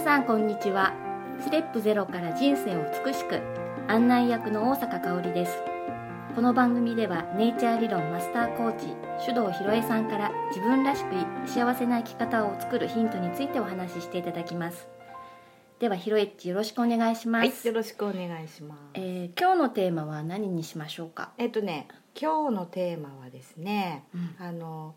さんこんにちはステップ0から人生を美しく案内役の大坂香織ですこの番組ではネイチャー理論マスターコーチ手動ひろえさんから自分らしく幸せな生き方を作るヒントについてお話ししていただきますではひろえっちよろしくお願いしまはい、す、よろしくお願いします。えっ、えー今日のテーマは何にしましょうか、とね、今日のテーマはですね、うんあの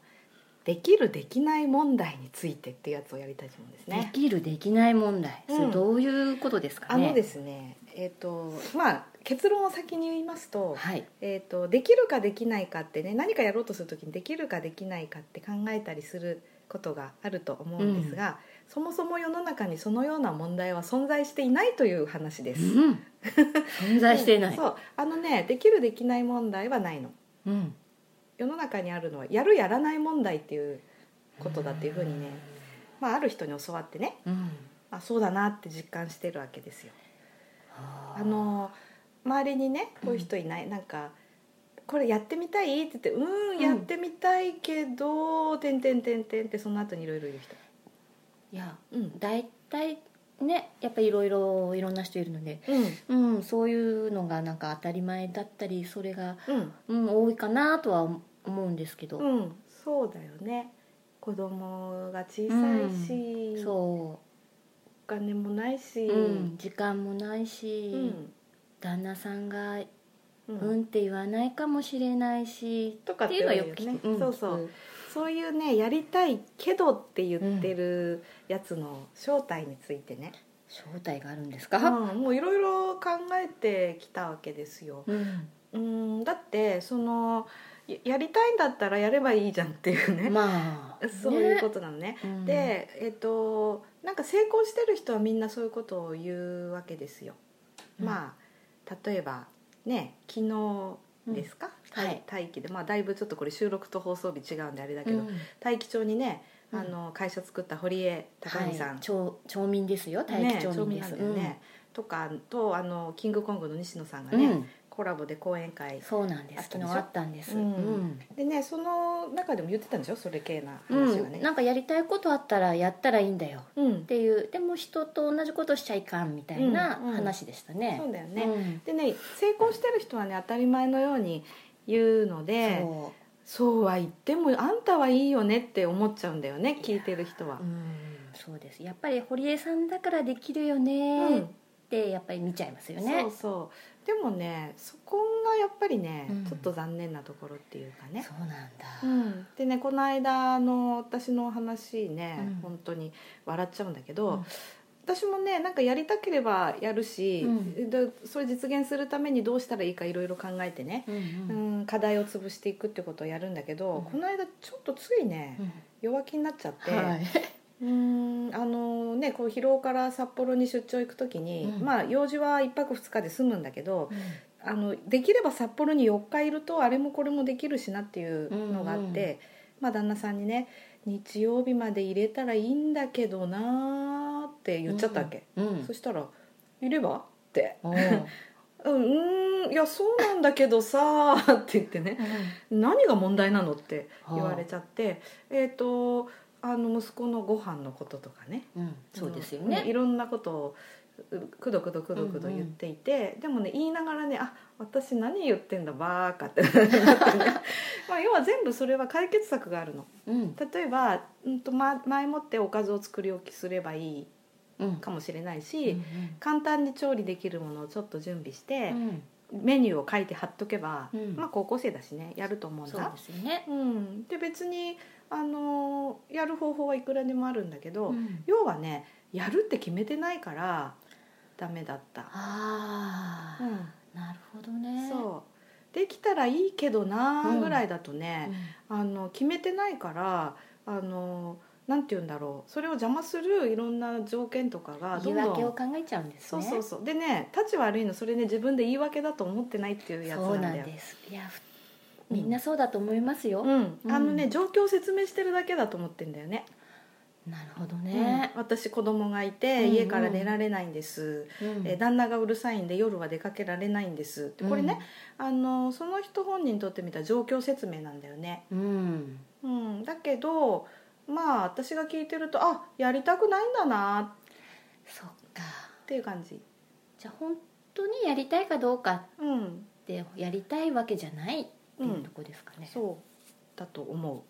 できるできない問題についてっていうやつをやりたいと思うんですでね。きるできない問題それどういうことですかあね、のですね、えっ、とまあ結論を先に言いますと、はいえっ、とできるかできないかってね、何かやろうとするときにできるかできないかって考えたりすることがあると思うんですが、そもそも世の中にそのような問題は存在していないという話です。うん、存在していない、 そう、あのね、できるできない問題はないの。うん、世の中にあるのはやるやらない問題っていうことだっていうふうにね、まあ、ある人に教わってねうん、あそうだなって実感してるわけですよ。ああの周りにねこういう人いない、なんかこれやってみたいって言って「うーんんやってみたいけど」てんてんてんてんってその後にいろいろ言う人。いやうん大体ねやっぱりいろいろいろんな人いるので、うんうん、そういうのがなんか当たり前だったりそれが、うんうん、多いかなとは思うんですけど、うん、そうだよね子供が小さいし、おそ金もないし、う、うん、時間もないうし、ん旦那さんが「ううんん」って言わないかもしれないし、とかっってていいううのはよのはよくく聞く聞く、うんそうそうそういうねやりたいけどって言ってるやつの正体についてね、正体があるんですうか、んもういろいろ考えてきたわけですよ。うんうんだってそのややりたいんだったらやればいいじゃんっていうね、まあそういうこねとなのね。うんでえっとなんか成功してる人はみんなそういうことを言うわけですよ。うんまあ例えばね昨日ですか、うんはい待機で、まあ、だいぶちょっとこれ収録と放送日違うんであれだけど、うん大樹町にね、うんあの会社作った堀江貴は文いさん、町町民ですよ大ね気町民でなんす、だよね、とかとあのキングコングの西野さんがうんね、うんコラボで講演会そうなんですあっ昨たでしょ日あったんです、うんうんでねその中でも言ってたんでしょそれ系なう話がんね。なんかやりたいことあったらやったらいいんだようんっていうでも人と同じことしちゃいかんみたいなうんうん話でしたねそ、うだよね、うんでね成功してる人はね当たり前のように言うのでそうそは言ってもあんたはいいよねって思っちゃうんだよね聞いてる人はう、う。んそうですやっぱり堀江さんだからできるよねってやっぱり見ちゃいますよねそう、そうでもねそこがやっぱりね、うんちょっと残念なところっていうかねそうなんだ、うん、でねこの間あの私の話ね、うん本当に笑っちゃうんだけど、うん私もねなんかやりたければやるし、うんでそれ実現するためにどうしたらいいかいろいろ考えてね、うんううんん、課題を潰していくってことをやるんだけど、うんこの間ちょっとついね、うん弱気になっちゃって、はい、うんあのねこう疲労から札幌に出張行く時に、うんまあ用事は1泊2日で済むんだけど、あのできれば札幌に4日いるとあれもこれもできるしなっていうのがあって、うんうんまあ、旦那さんにね「日曜日まで入れたらいいんだけどな」って言っちゃったわけ、うん、そしたら「いれば?」って おー「うんうーんいやそうなんだけどさ」 って言ってね「何が問題なの?」って言われちゃって、えっ、とあの息子のご飯のこととかねうん、そうですようんいね、ろんなことをうくどくどくどくど言っていて、でもね言いながらね「あ私何言ってんだバーカ」ってなってね まあ要は全部それは解決策があるのうん例えば、うんとま、前もっておかずを作り置きすればいいうんかもしれないうんし、うん簡単に調理できるものをちょっと準備してう、んメニューを書いて貼っとけば、うんまあ高校生だしねやると思うんそうだですよね、うん、で別にあのやる方法はいくらでもあるんだけど、うん要はねやるって決めてないからダメだった、ああ、うなるほどねん、そうできたらいいけどなうんーぐらいだとうね、んあの決めてないからあのなんて言うんだろうそれを邪魔するいろんな条件とかがど言んいど訳をん考えちゃうんですそうねそうそうでね立ち悪いのそれね自分で言い訳だと思ってないっていうやつそなうんなだよんですいやふみんなそうだと思いますよ、うんうんあのね状況を説明してるだけだと思ってんだよねなるほどね、うん私子供がいうてんうん家から出られないんです、うんえー旦那がうるさいんで夜は出かけられないんですってこれね、あのその人本人にとってみたら状況説明なんだよね、うんうん、だけどまあ私が聞いてるとあやりたくないんだなそっかっていう感じじゃあ本当にやりたいかどうかうんってやりたいわけじゃないってういうんとこですかね、そうだと思うんう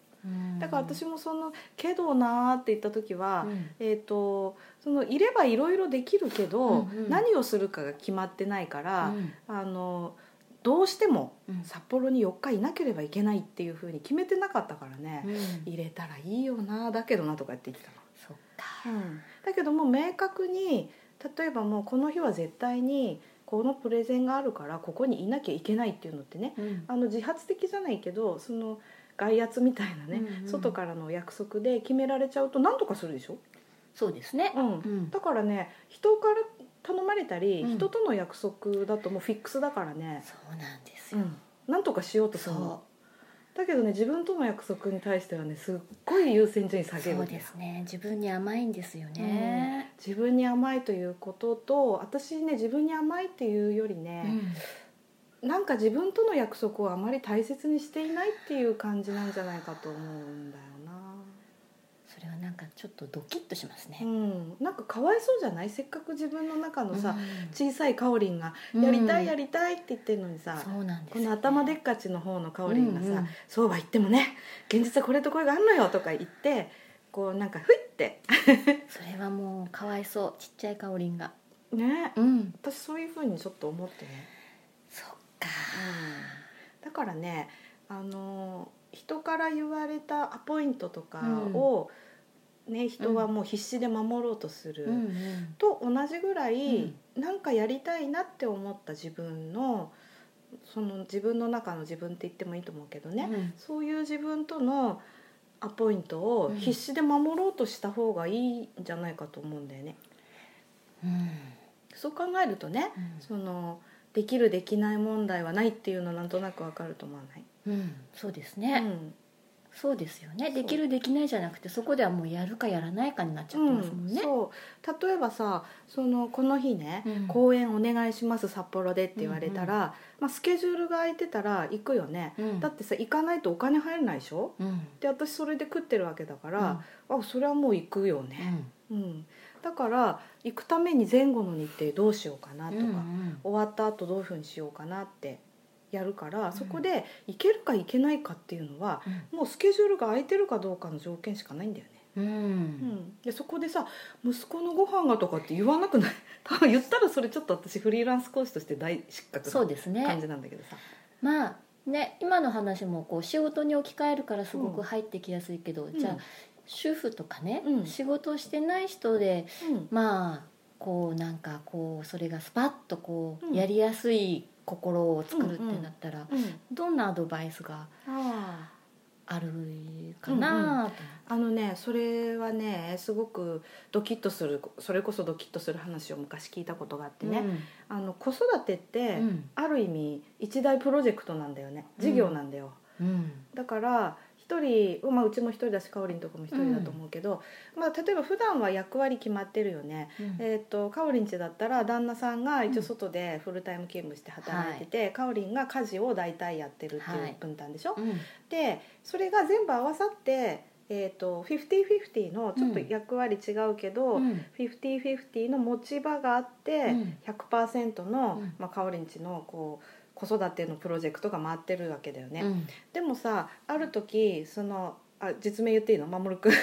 だから私もその「けどな」って言った時は、うんえー、とそのいればいろいろできるけど、うんうん何をするかが決まってないから、うんあのどうしてもうん札幌に4日いなければいけないっていうふうに決めてなかったからね、うん入れたらいいよなだけどなとかって言ってたそっかの、だけどもう明確に例えばもうこの日は絶対にこのプレゼンがあるからここにいなきゃいけないっていうのってねうんあの自発的じゃないけどその外圧みたいなね、うんうん外からの約束で決められちゃうと何とかするでしょ、そうですねうんうんだからね人から頼まれたり、うん人との約束だともうフィックスだからね、そうなんですうよ、ん、何とかしようとすそるのうだけどね自分との約束に対してはねすっごい優先順位下げるそんうだよですね自分に甘いんですよね、自分に甘いということと私ね自分に甘いっていうよりうね、んなんか自分との約束をあまり大切にしていないっていう感じなんじゃないかと思うんだよな、それはなんかちょっとドキッとしますね、うん、なんかかわいそうじゃないせっかく自分の中のさ、うん小さいかおりんが「やりたいやりりたい」って言ってるのにさ、そうなんですこよねの頭でっかちの方のかおりんがさ、うんうんそうは言ってもね現実はこれとこれがあんのよとか言ってこうなんかふいってそれはもうかわいそうちっちゃいかおりんがねうん私そういうふうにちょっと思ってね、そっかうん、だからねあの人から言われたアポイントとかを、ね、人はもう必死で守ろうとする、うんうんと同じぐらい、なんかやりたいなって思った自分のその自分の中の自分って言ってもいいと思うけどね、うんそういう自分とのアポイントを必死で守ろうとした方がいいんじゃないかと思うんだよね。うんそう考えるとね、そのできるできない問題はないっていうのはなんとなくわかると思わない。うんそうですうね、んそうですよねうできるできないじゃなくてそこではもうやるかやらないかになっちゃってますもんうんね、そう例えばさそのこの日ね、うん公演お願いします札幌でって言われたら、まあ、スケジュールが空いてたら行くよね、うんだってさ行かないとお金入らないでしょうんで私それで食ってるわけだから、あそれはもう行くようんうね、んうん、だから行くために前後の日程どうしようかなとか、うんうん終わった後どういうふうにしようかなってやるから、そこで行けるか行けないかっていうのはもうスケジュールが空いてるかどうかの条件しかないんだよね。うんうん、でそこでさ「息子のご飯が」とかって言わなくない 多分言ったらそれちょっと私フリーランス講師として大失格そうなです感ねじなんだけどさ、まあね今の話もこう仕事に置き換えるからすごく入ってきやすいけど、んじゃあ主婦とかね、うん仕事をしてない人でうんまあこうなんかこうそれがスパッとこうんうやりやすい心を作るってなったら、うん、どんなアドバイスがああるかなと、あのねそれはねすごくドキッとするそれこそドキッとする話を昔聞いたことがあってね、あの子育てって、うんある意味一大プロジェクトなんだよね事業なんだよ、うんだから一人、まあ、うちも一人だしかおりんとこも一人だと思うけど、まあ、例えば普段は役割決まってるよね、えー、とかおりんちだったら旦那さんが一応外でフルタイム勤務して働いてて、かおりんが家事を大体やってるってはいいう分担でしょ、うんでそれが全部合わさって、えー、と50/50のちょっと役割違うけど、うん50/50の持ち場があって、うん100%の、うんまあ、かおりんちのこう子育てのプロジェクトが回ってるわけだよね、うんでもさある時そのあ実名言っていいの 守くんい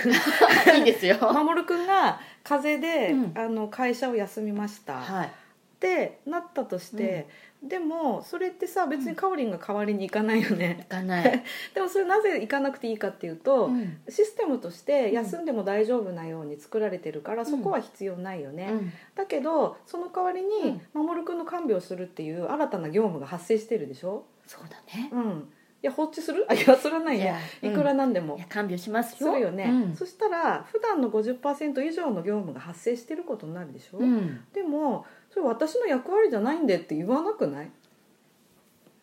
い ですよ守くんが風邪で、うんあの会社を休みました、はいってなったとして、でもそれってさ別にかおりんが代わりに行かないよね行、かない、でもそれなぜ行かなくていいかっていうと、うんシステムとして休んでも大丈夫なように作られてるから、そこは必要ないよね、うんだけどその代わりに守君の看病をするっていう新たな業務が発生してるでしょそうだねうんいや放置する あいやそれはないいやねういんくらなんでも、いや看病しますすよるよね、うんそしたら普段の50%以上の業務が発生してることになるでしょ、うんでもそれ私の役割じゃないんでって言わなくない、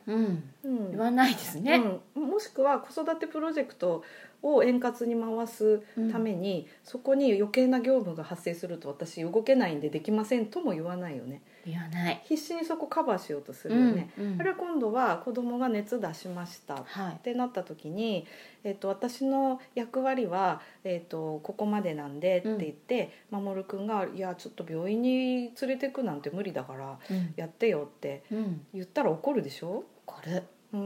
うんうん言わないですね、うんもしくは子育てプロジェクトを円滑に回すために、そこに余計な業務が発生すると私動けないんでできませんとも言わないよね言わない必死にそこカバーしようとするよね、うんうんあれは今度は子供が熱出しましたっはいてなった時に、えっと私の役割は、えっとここまでなんでって言って、守くんが「いやちょっと病院に連れてくなんて無理だからうんやってよ」ってうん言ったら怒るでしょ、これうんう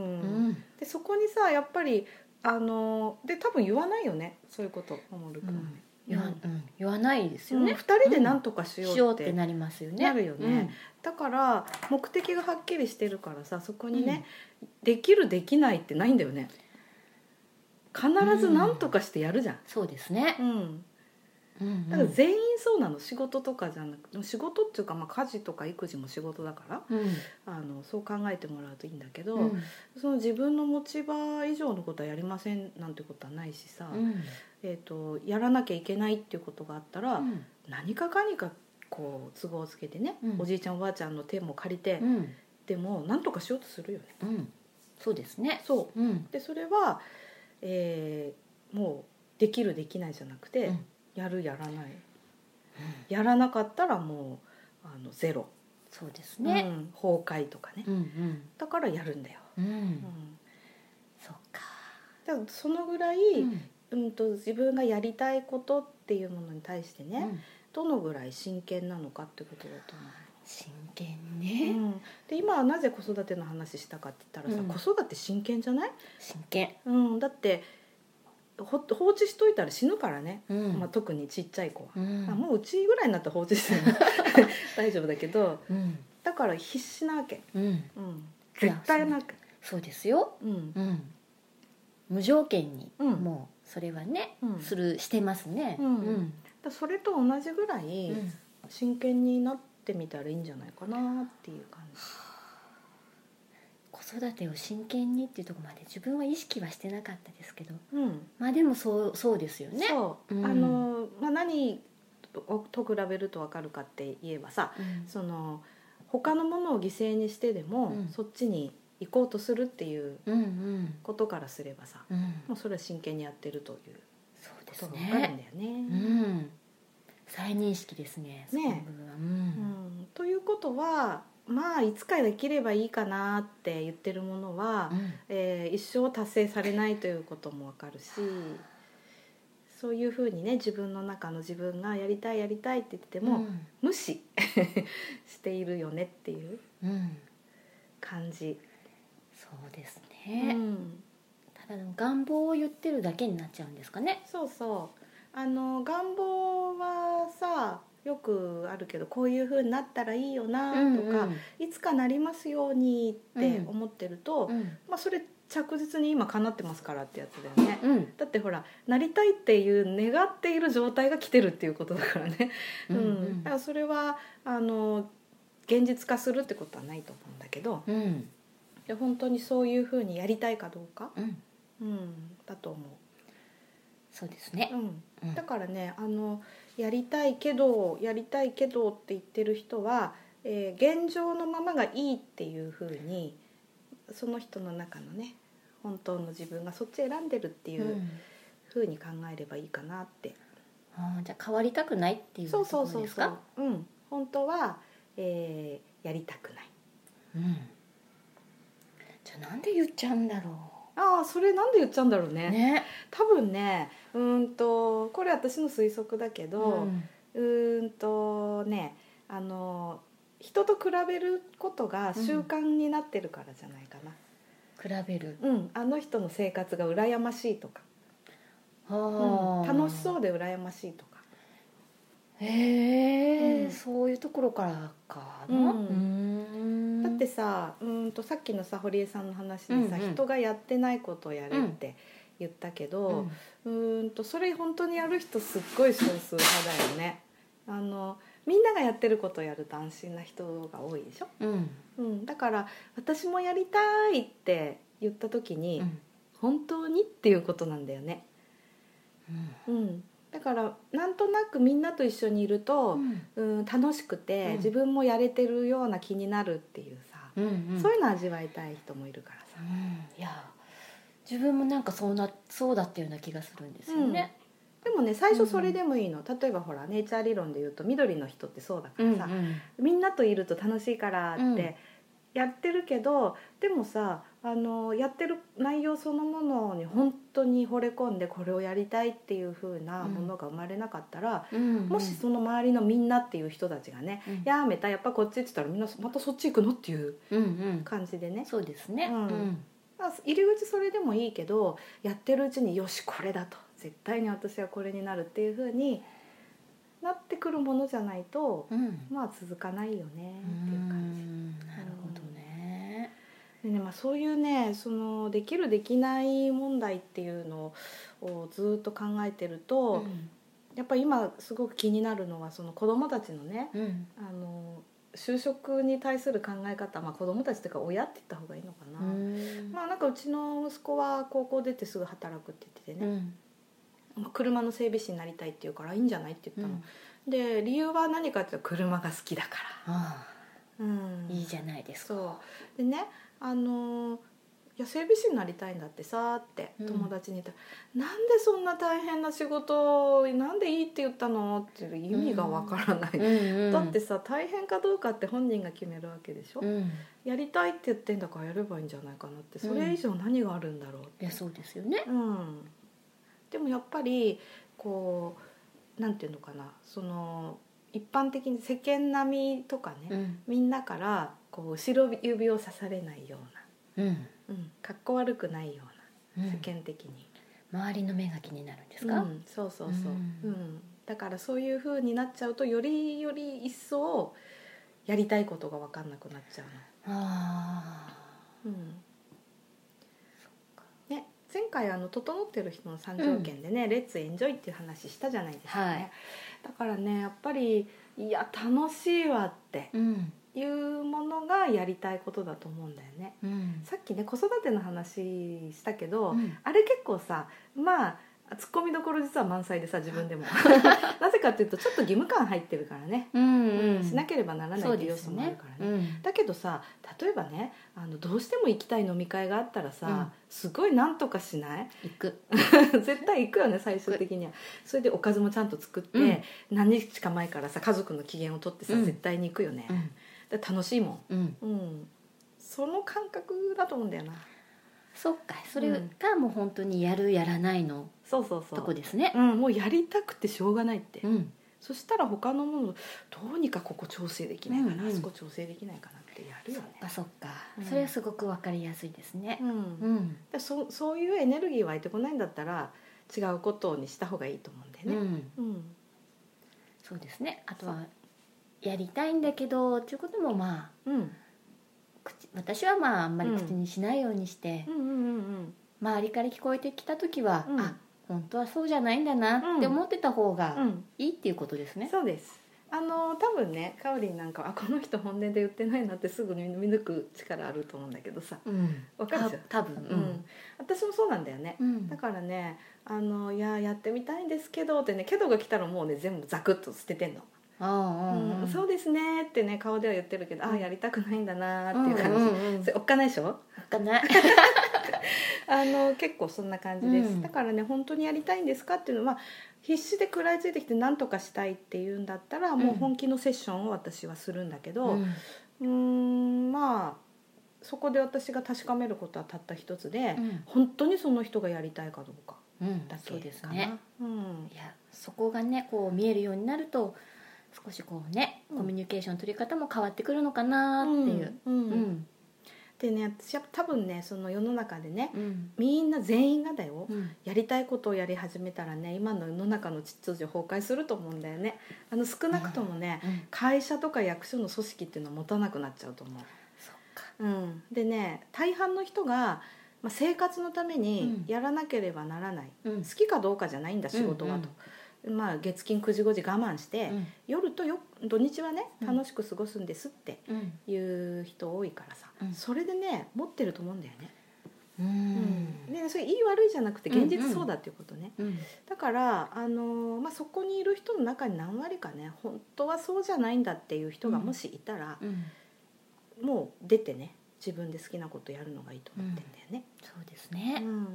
んでそこにさやっぱりあので多分言わないよねそういうこと守くんはね。言わ,、ううんん、言わないですようんね、 2人で何とかしよしよううっ,、っててなりますよねなるよね、だから目的がはっきりしてるからさそこにね、できるできないってないんだよね必ず何とかしてやるじゃん、うんそうですねう、うん、んうんだから全員そうなの仕事とかじゃなく仕事っていうか、まあ、家事とか育児も仕事だからうあのそう考えてもらうといいんだけど、んその自分の持ち場以上のことはやりませんなんてことはないしさ、うんえー、とやらなきゃいけないっていうことがあったら、うん何かかにかこう都合をつけてね、うんおじいちゃんおばあちゃんの手も借りて、うんでも何とかしようとするよね。うんそうですねそううんでそれは、えーもうできるできないじゃなくて、うんやるやらない、やらなかったらもうあのゼロ、そうですねうん崩壊とかね、うんだからやるんだよ、うんううんんそっかだからそのぐらい、ううんんと自分がやりたいことっていうものに対してね、うんどのぐらい真剣なのかってことだと思う。真剣うねん、で今はなぜ子育ての話したかって言ったらさ、うん子育て真剣じゃない、真剣うん、だってほ放置しといたら死ぬからね、うんまあ、特にちっちゃい子は、うんあもううちぐらいになったら放置して も大丈夫だけどうんだから必死なわけ、うんうん、絶対なわけそうですようんうん無条件にうんもうそれはねうんするしてますねうんうんだそれと同じぐらいうん真剣になってみたらいいんじゃないかなっていう感じ、子育てを真剣にっていうところまで自分は意識はしてなかったですけどうんまあでもそうそうですよねそう、うんあの、まあ、何と比べると分かるかって言えばさうんその他のものを犠牲にしてでも、うんそっちに行こうとするっていううんうんことからすればさうんもうそれは真剣にやってるというそうでこすとが分かるんねだよね。うん再認識ですねそこの部分はううんんということはまあいつかできればいいかなって言ってるものは、えー一生達成されないということも分かるし。そういうふうにね自分の中の自分がやりたいやりたいって言ってうんも、無視 しているよねっていううんうん感じ、そうですうねん、ただの願望を言ってるだけになっちゃうんですかねそうそうあの願望はさよくあるけどこういう風になったらいいよなとか、いつかなりますようにって思ってると、うんまあそれ着実に今叶ってますからってやつだよね。うんだってほらなりたいっていう願っている状態が来てるっていうことだからね、ううんんだからそれはあの現実化するってことはないと思うんだけどうんいや本当にそういう風にやりたいかどうか、うんうん、だと思そうですねう。うんうんだからねあのやりたいけどやりたいけどって言ってる人は、えー現状のままがいいっていうふうにその人の中のね本当の自分がそっち選んでるっていううんふうに考えればいいかなって、あーじゃあ変わりたくないっていうとそうこそうろでそうすそうか、うん、本当は、えーやりたくないうんじゃあなんで言っちゃうんだろああそれなんで言っちゃうんだろううねね多分ねうーんとこれ私の推測だけど、んうーんとねあの人と比べることが習慣になってるからじゃないかな、比べるうんあの人の生活が羨ましいとか、あうーん楽しそうで羨ましいとか、へえ、うんそういうところからかな、うんんだってさうーんとさっきのさ堀江さんの話でさ、うんうん人がやってないことをやれって言ったけど、うーんとそれ本当にやる人すっごい少数派だよね。あのみんながやってることをやると安心な人が多いでしょ、うんうんうん、だから私もやりたいって言った時に、うん本当にっていうことなんだよね、うん、だからなんとなくみんなと一緒にいると、うん、楽しくて、うん自分もやれてるような気になるっていうさ、うんうんそういうの味わいたい人もいるからさ、うんいや自分もなんかそうなそうだったような気がするんですよね。でもね最初それでもいいの、例えばほらネイチャー理論で言うと緑の人ってそうだからさ、みんなといると楽しいからうっんてやってるけど、でもさあのやってる内容そのものに本当に惚れ込んでこれをやりたいっていう風なものが生まれなかったら、もしその周りのみんなっていう人たちがね、うんやめたやっぱこっちって言ったらみんなまたそっち行くのっていううんうん、感じでね、そうですね。うんうんまあ、入り口それでもいいけどやってるうちによしこれだと絶対に私はこれになるっていう風になってくるものじゃないと、うんまあ続かないよねっていう感じ。うんなるほどね。でねまあ、そういうねそのできるできない問題っていうのをずっと考えてると、うんやっぱ今すごく気になるのはその子どもたちのねうんあの就職に対する考え方、まあ、子どもたちというか親って言った方がいいのかな、うんまあなんかうちの息子は高校出てすぐ働くって言っててね、まあ車の整備士になりたいって言うからいいんじゃないってう言ったのん、で理由は何かって言ったら車が好きだかあら、うんあいいじゃないですか。そうでねあのーいや整備士になりたいんだってさーってうん友達に言ったら、なんでそんな大変な仕事をなんでいいって言ったの?」っていう意味がわからない、うんうんだってさ大変かどうかって本人が決めるわけでしょ、うん、やりたいって言ってんだからやればいいんじゃないかなってそれ以上何があるんだろうっいてやそうですよね。うん、でもやっぱりこうなんていうのかなその一般的に世間並みとかね、うんみんなからこう後ろ指を刺されないようんうな、うん、かっこ悪くないよううなん世間的に、周りの目が気になるんですうか。んそうそうそう、ううんんだからそういう風になっちゃうとよりより一層やりたいことが分かんなくなっちゃああうの、うんね、前回あの「整ってる人の三条件」でね、レッツエンジョイ」っていう話したじゃないですかね、はいだからねやっぱり「いや楽しいわ」ってうんいうものがやりたいことだと思うんだよねうんさっきね子育ての話したけど、うんあれ結構さまあツッコミどころ実は満載でさ自 分でもなぜかっていうとちょっと義務感入ってるからね、うんうんしなければならないそっうていうで要す素もあるからねねうんだけどさ例えばねあのどうしても行きたい飲み会があったらさ、うんすごいなんとかしない 行く絶対行くよね最終的にはそれでおかずもちゃんと作って、うん何日か前からさ家族の機嫌を取ってさ、うん絶対に行くよね、うんだから楽しいもんうんうんその感覚だと思うんだよなそっかそれうんがもう本当にやるやらないのそうそうそとうこですねうん、もうやりたくてしょうがないって、うんそしたら他のものどうにかここ調整できないかな、うんうんあそこ調整できないかなってやるよそっねかそっかうんそれはすごくわかりやすいですねうんうんでそそういうエネルギー湧いてこないんだったら違うことにした方がいいと思うんだうよね、んうんそうですねあとはやりたいんだけどっていうこともまあうん、口私はまああんまり口にしないようにしてうんうんうん周りから聞こえてきた時はうんあ本当はそうじゃないんだなって思ってた方うがんいいっていうことですねそうですあの多分ねかおりんなんかはあこの人本音で言ってないなってすぐ見抜く力あると思うんだけどさうんわかるでしょた多分うん、私もそうなんだよねうんだからね「あのいややってみたいんですけど」ってね「けど」が来たらもうね全部ザクッと捨ててんの「ああうんああそうですね」ってね顔では言ってるけど「ああやりたくないんだな」っていう感じ、感それおっかないでしょかないあの結構そんな感じです、うんだからね本当にやりたいんですかっていうのは必死で食らいついてきて何とかしたいっていうんだったらもう本気のセッションを私はするんだけどうーんまあそこで私が確かめることはたった一つで、本当にその人がやりたいかどうかうんだけかそな。うですねうんいやそこがねこう見えるようになると少しこうねうんコミュニケーションの取り方も変わってくるのかなっていううんううんんでね私は多分ねその世の中でねうんみんな全員がだよ、うんやりたいことをやり始めたらね今の世の中の秩序崩壊すると思うんだよねあの少なくともね、うん会社とか役所の組織っていうのは持たなくなっちゃうと思そっかう、うん、でね大半の人が、まあ、生活のためにうんやらなければならない、うん好きかどうかじゃないんだ仕事はと、まあ、月金9時5時我慢して、うん夜とよ土日はねうん楽しく過ごすんですってうんいう人多いからさ、うんそれでね持ってると思うんだよね、うんでそれいい悪いじゃなくて現実そうだっていうことね、うんだから、あのーまあ、そこにいる人の中に何割かね本当はそうじゃないんだっていう人がもしいたら、うんもう出てね自分で好きなことやるのがいいと思ってんだよね、そうですうねん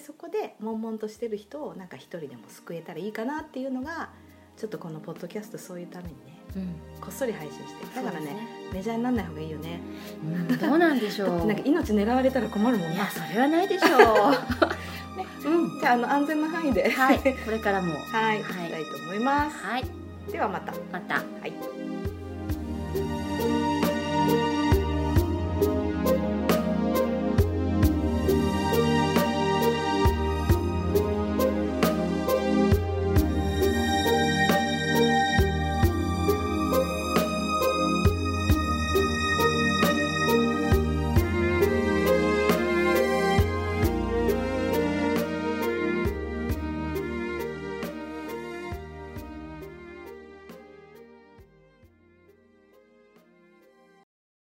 そこで悶々としてる人をなんか一人でも救えたらいいかなっていうのがちょっとこのポッドキャストそういうためにねうん、こっそり配信してるだからねそうですメジャーにならない方がいいよねうんどうなんでしょだうって なんか命狙われたら困るもんいなやそれはないでしょう、 ねうんじゃああの安全な範囲で はいこれからもははいい、行きたいと思います、はいではまたまたはい